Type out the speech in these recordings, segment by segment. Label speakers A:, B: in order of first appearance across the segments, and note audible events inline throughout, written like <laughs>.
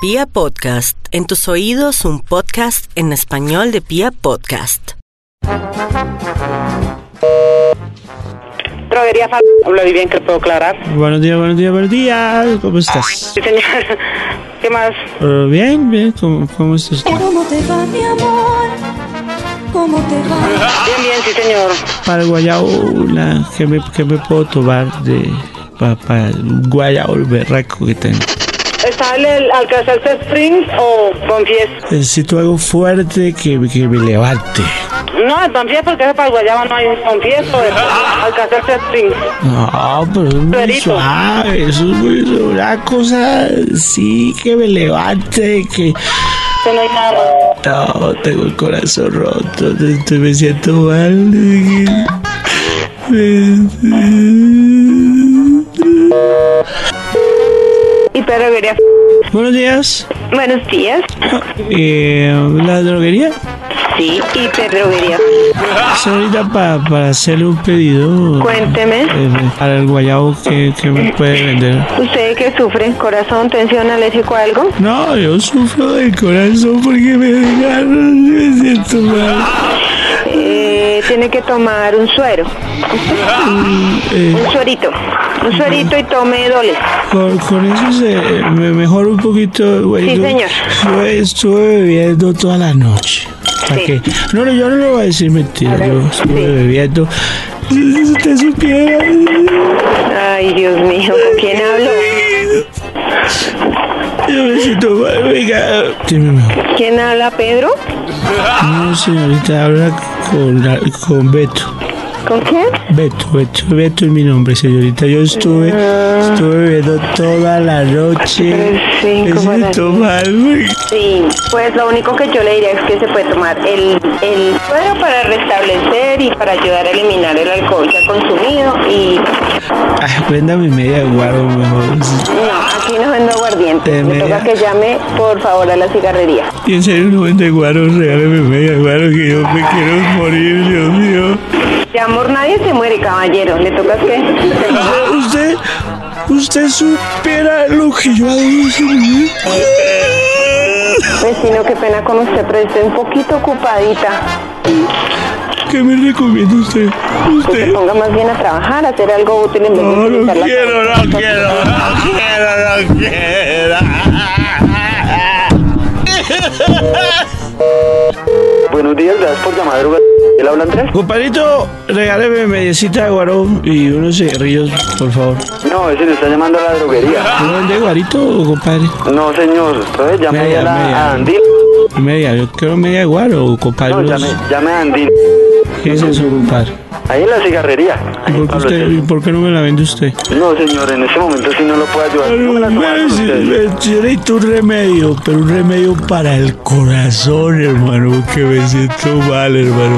A: Pia Podcast, en tus oídos un podcast en español de Pia Podcast.
B: Droguería Fal... Habla bien que puedo aclarar.
C: Buenos días, buenos días, buenos días. ¿Cómo estás?
B: Sí, señor. <laughs> ¿Qué más?
C: Eh, bien, bien. ¿Cómo, cómo estás? tú?
D: ¿Cómo te va, mi amor? ¿Cómo te va?
B: Bien, bien, sí, señor.
C: Para el guayabola, ¿qué me, qué me puedo tomar de para, para el guayabol berraco que tengo?
B: ¿Está el, el Alcazar Springs o Bonfies?
C: Necesito algo fuerte que, que me levante.
B: No, el Bonfies porque es para Guayaba no hay Bonfies pues, o el Alcazar Springs.
C: No, pero eso es muy
B: Clarito.
C: suave, eso es muy suave. Una cosa sí que me levante, que...
B: Eso no hay nada más.
C: No, tengo el corazón roto, te- me siento mal.
B: Y pero droguería...
C: Buenos días.
B: Buenos días.
C: Eh, ¿La droguería?
B: Sí, y droguería.
C: Señorita, pa- para hacerle un pedido
B: Cuénteme.
C: eh, para el guayabo que, que me puede vender.
B: ¿Usted qué sufre? ¿Corazón, tensión, alérgico a algo?
C: No, yo sufro del corazón porque me dejaron, me siento mal.
B: Eh, tiene que tomar un suero,
C: Eh,
B: un suerito. Un suerito y tome doles.
C: con, con eso se me mejora un poquito. güey.
B: Sí,
C: Yo
B: señor.
C: Estuve, estuve bebiendo toda la noche. ¿Para
B: Sí.
C: qué? No, no, yo no le voy a decir mentira. Yo estuve
B: Sí.
C: bebiendo. Si usted supiera.
B: Ay, Dios mío, ¿con <laughs> quién hablo?
C: Yo me siento mal. Venga, dime mejor.
B: ¿Quién habla, Pedro?
C: No, señorita, habla con, la- con Beto.
B: ¿Con quién?
C: Beto, Beto, Beto es mi nombre, señorita. Yo estuve, estuve bebiendo toda la noche.
B: Sí,
C: Me
B: ¿cómo era?
C: siento mal, güey.
B: Sí, pues lo único que yo le diría es que se puede tomar el, el suero para restablecer y para ayudar a eliminar el alcohol ya consumido y
C: Ah, préndame media guaro, mejor.
B: no, aquí no vendo aguardiente.
C: Te
B: Me toca
C: media.
B: que llame por favor a la cigarrería.
C: Y en serio, no vende guaro, regálame media guaro que yo me quiero morir, Dios mío.
B: De amor nadie se muere, caballero. Le toca que...
C: Usted, usted supiera lo que yo adoro, señorita.
B: Vecino, qué pena con usted, pero estoy un poquito ocupadita.
C: ¿Qué me recomienda usted?
B: Que se
C: Usted.
B: ponga más bien a trabajar, a hacer algo útil en vez de
C: No, no
B: utilizar la-
C: quiero, no quiero, no quiero, no quiero.
E: Buenos días, gracias por llamar. ¿Él habla Andrés?
C: Compadrito, regáleme mediecita de guaro y unos cigarrillos, por favor.
E: No, ese le está llamando a la droguería.
C: <laughs> ¿No vende guarito, compadre?
E: No, señor. Entonces llame
C: Media,
E: a, la-
C: media.
E: a Andín.
C: Media, yo quiero media de guaro,
E: No,
C: compadre.
E: llame, llame a Andín.
C: ¿Qué es eso, compadre?
E: Ahí en la cigarrería.
C: ¿Y por qué,
E: Pablo,
C: usted, y por qué no me la vende usted?
E: No, señor, en ese momento sí no lo puedo ayudar. ¿Cómo la tomaron ustedes?
C: Yo necesito un remedio, pero un remedio para el corazón, hermano, que me siento mal, hermano.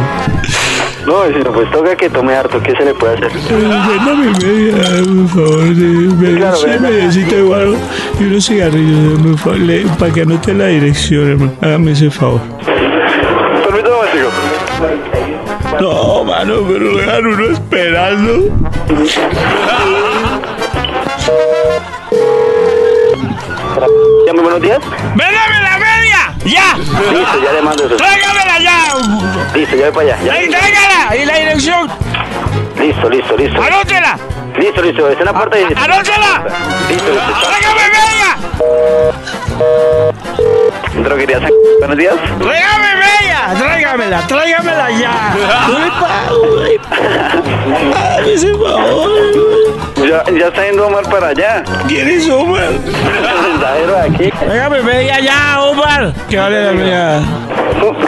E: No, señor, pues toca que tome harto. ¿Qué se le puede hacer?
C: Eh,
F: Ah.
C: Véndame media, por favor, de
E: Claro,
C: sí,
E: véndame.
C: mediecita de guaro y unos cigarrillos, por favor, le- para que anote la dirección, hermano. Hágame ese favor.
E: Permítame un momentico.
C: No, mano, pero dejan uno esperando.
E: Llame, buenos días.
F: ¡Véndame la media! ¡Ya!
E: Listo, ya le mando eso.
F: ¡Tráigamela ya!
E: Listo, ya voy para allá.
F: ¡Ahí,
E: Ya.
F: tráigala! ¡Y la dirección!
E: Listo, listo, listo.
F: ¡Anótela!
E: Listo, listo. Está en la puerta y... Listo,
C: Ah,
F: ¡Anótela!
E: listo.
F: ¡Tráigame media!
E: Droguería, San- buenos días.
F: ¡Tráigame media! ¡Tráigamela! ¡Tráigamela ya!
C: Hágame ese favor.
E: Ya, ya está yendo Omar para allá. <laughs>
C: ¿Quién es Omar?
E: El mensajero de aquí.
C: Hágame media ya, Omar. ¿Qué vale la media?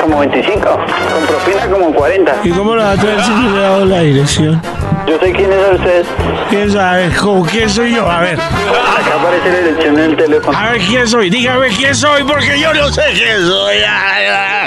E: Como 25, con propina como 40.
C: ¿Y cómo lo va a traer si no le he dado la dirección?
E: Yo sé quiénes son ustedes.
C: ¿Quién sabe? ¿Cómo quién soy yo? A ver,
E: Acá aparece la dirección en el teléfono.
C: a ver quién soy. Dígame quién soy porque yo no sé quién soy.